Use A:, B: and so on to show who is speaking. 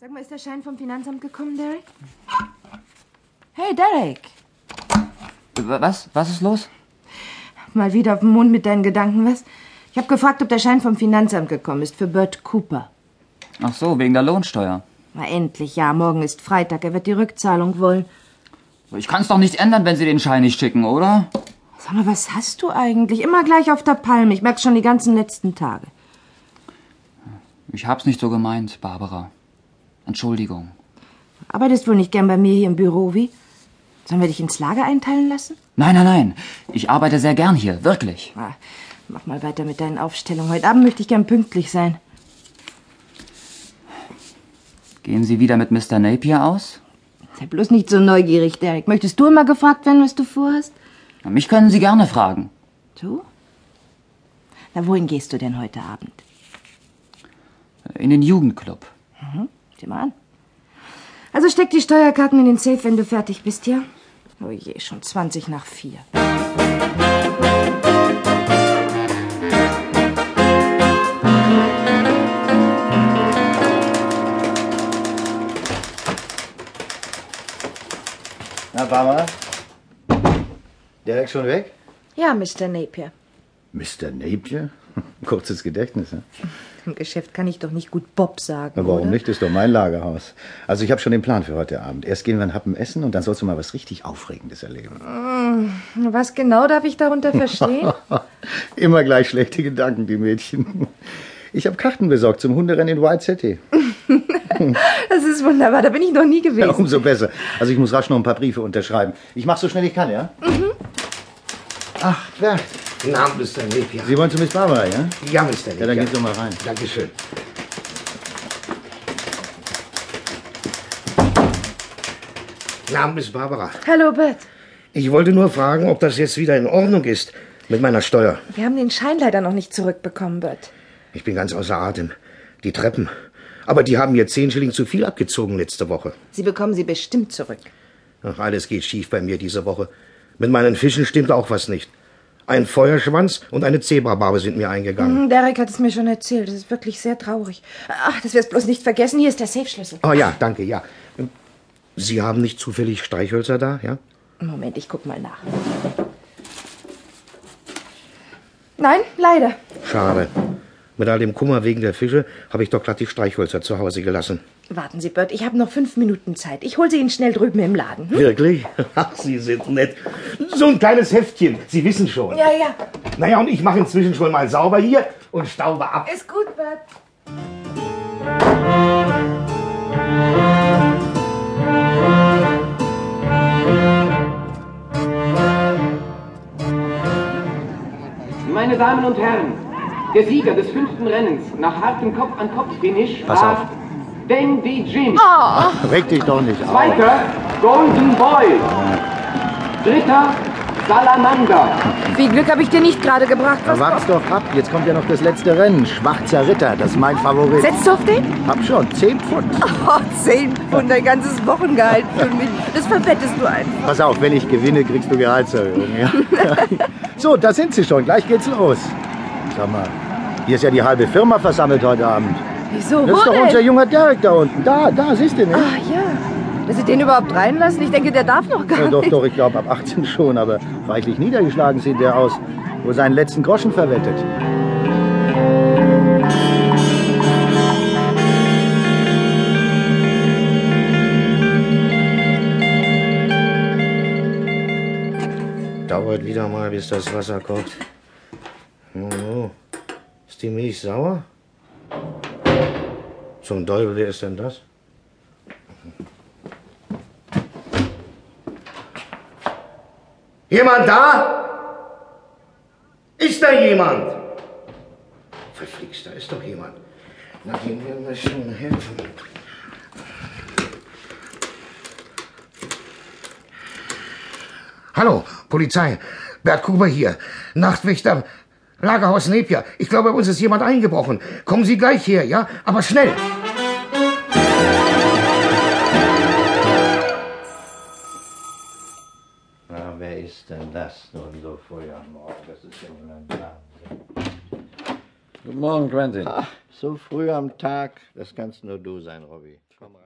A: Sag mal, ist der Schein vom Finanzamt gekommen, Derek? Hey, Derek!
B: Was? Was ist los?
A: Mal wieder auf den Mond mit deinen Gedanken, was? Ich habe gefragt, ob der Schein vom Finanzamt gekommen ist für Bert Cooper.
B: Ach so, wegen der Lohnsteuer.
A: Na endlich, ja. Morgen ist Freitag. Er wird die Rückzahlung wollen.
B: Ich kann's doch nicht ändern, wenn Sie den Schein nicht schicken, oder?
A: Sag mal, was hast du eigentlich? Immer gleich auf der Palme. Ich merk's schon die ganzen letzten Tage.
B: Ich hab's nicht so gemeint, Barbara. Entschuldigung.
A: Arbeitest wohl nicht gern bei mir hier im Büro, wie? Sollen wir dich ins Lager einteilen lassen?
B: Nein, nein, nein. Ich arbeite sehr gern hier, wirklich.
A: Ah, mach mal weiter mit deinen Aufstellungen. Heute Abend möchte ich gern pünktlich sein.
B: Gehen Sie wieder mit Mr. Napier aus?
A: Sei bloß nicht so neugierig, Derek. Möchtest du immer gefragt werden, was du vorhast?
B: Na, Mich können Sie gerne fragen.
A: Du? Na, wohin gehst du denn heute Abend?
B: In den Jugendclub.
A: Sieh mal an. Also steck die Steuerkarten in den Safe, wenn du fertig bist, ja? Oh je, schon 20 nach 4.
C: Na, Barbara? Derek schon weg?
A: Ja, Mr. Napier.
C: Mr. Napier? Kurzes Gedächtnis, ne?
A: Im Geschäft kann ich doch nicht gut Bob sagen.
C: Na, warum
A: oder?
C: nicht? Ist doch mein Lagerhaus. Also ich habe schon den Plan für heute Abend. Erst gehen wir einen Happen essen und dann sollst du mal was richtig Aufregendes erleben.
A: Was genau darf ich darunter verstehen?
C: Immer gleich schlechte Gedanken, die Mädchen. Ich habe Karten besorgt zum Hunderennen in White City.
A: Das ist wunderbar, da bin ich noch nie
C: Ja,
A: gewesen.
C: umso besser. Also ich muss rasch noch ein paar Briefe unterschreiben. Ich mache so schnell ich kann, ja? Ach, Bert,
D: Guten Abend, Mr. Napier.
C: Sie wollen zu Miss Barbara, ja?
D: Ja, Mr. Napier.
C: Ja, dann geht's doch mal rein.
D: Dankeschön. Guten Abend, Miss Barbara.
A: Hallo, Bert.
D: Ich wollte nur fragen, ob das jetzt wieder in Ordnung ist mit meiner Steuer.
A: Wir haben den Schein leider noch nicht zurückbekommen, Bert.
D: Ich bin ganz außer Atem. Die Treppen. Aber die haben jetzt 10 Schilling zu viel abgezogen letzte Woche.
A: Sie bekommen sie bestimmt zurück.
D: Ach, alles geht schief bei mir diese Woche. Mit meinen Fischen stimmt auch was nicht. Ein Feuerschwanz und eine Zebrabarbe sind mir eingegangen.
A: Hm, Derek hat es mir schon erzählt. Das ist wirklich sehr traurig. Ach, dass wir es bloß nicht vergessen. Hier ist der Safe-Schlüssel.
D: Oh ja, danke, ja. Ähm, Sie haben nicht zufällig Streichhölzer da, ja?
A: Moment, ich guck mal nach. Nein, leider.
D: Schade. Mit all dem Kummer wegen der Fische habe ich doch glatt die Streichhölzer zu Hause gelassen.
A: Warten Sie, Bert, ich habe noch fünf Minuten Zeit. Ich hole sie Ihnen schnell drüben im Laden. Hm?
D: Wirklich? Ach, Sie sind nett. So ein kleines Heftchen, Sie wissen schon.
A: Ja, ja.
D: Naja, und ich mache inzwischen schon mal sauber hier und staube ab.
A: Ist gut, Bert.
E: Meine Damen und Herren, der Sieger des fünften Rennens nach hartem Kopf-an-Kopf-Finish
C: Pass auf.
E: war Deng Di Jin.
C: Reg dich doch nicht auf.
E: Zweiter Golden Boy. Dritter Salamander.
A: Viel Glück habe ich dir nicht gerade gebracht.
C: Na, Wart's doch ab, jetzt kommt ja noch das letzte Rennen. Schwarzer Ritter, das ist mein Favorit.
A: Setzt du auf den?
C: Hab schon, 10 Pfund.
A: Oh, zehn Pfund, ein ganzes Wochengehalt für mich. Das verbettest du einfach.
C: Pass auf, wenn ich gewinne, kriegst du Gehaltserhöhung. Ja? so, da sind sie schon, gleich geht's los. Sag mal, hier ist ja die halbe Firma versammelt heute Abend.
A: Wieso?
C: Das ist doch unser junger Derek da unten. Da, da, siehst du ne? nicht?
A: Ah, ja. Dass sie den überhaupt reinlassen? Ich denke, der darf noch gar
C: Ja, doch,
A: nicht.
C: doch, ich glaube ab 18 schon, aber reichlich niedergeschlagen sieht der aus. Wo seinen letzten Groschen verwettet.
D: Dauert wieder mal, bis das Wasser kocht. Oh, oh. Ist die Milch sauer? Zum Teufel, wer ist denn das? Jemand da? Ist da jemand? Verflixt, da ist doch jemand. Na, dem werden wir schon helfen. Hallo, Polizei. Bert Kuber hier. Nachtwächter. Lagerhaus Napier. Ich glaube, bei uns ist jemand eingebrochen. Kommen Sie gleich her, ja? Aber schnell.
F: Na, wer ist denn das nun so früh am Morgen? Das ist ja wohl ein Wahnsinn.
G: Guten Morgen, Quentin.
C: Ah, So früh am Tag, das kannst nur du sein, Robby. Komm rein.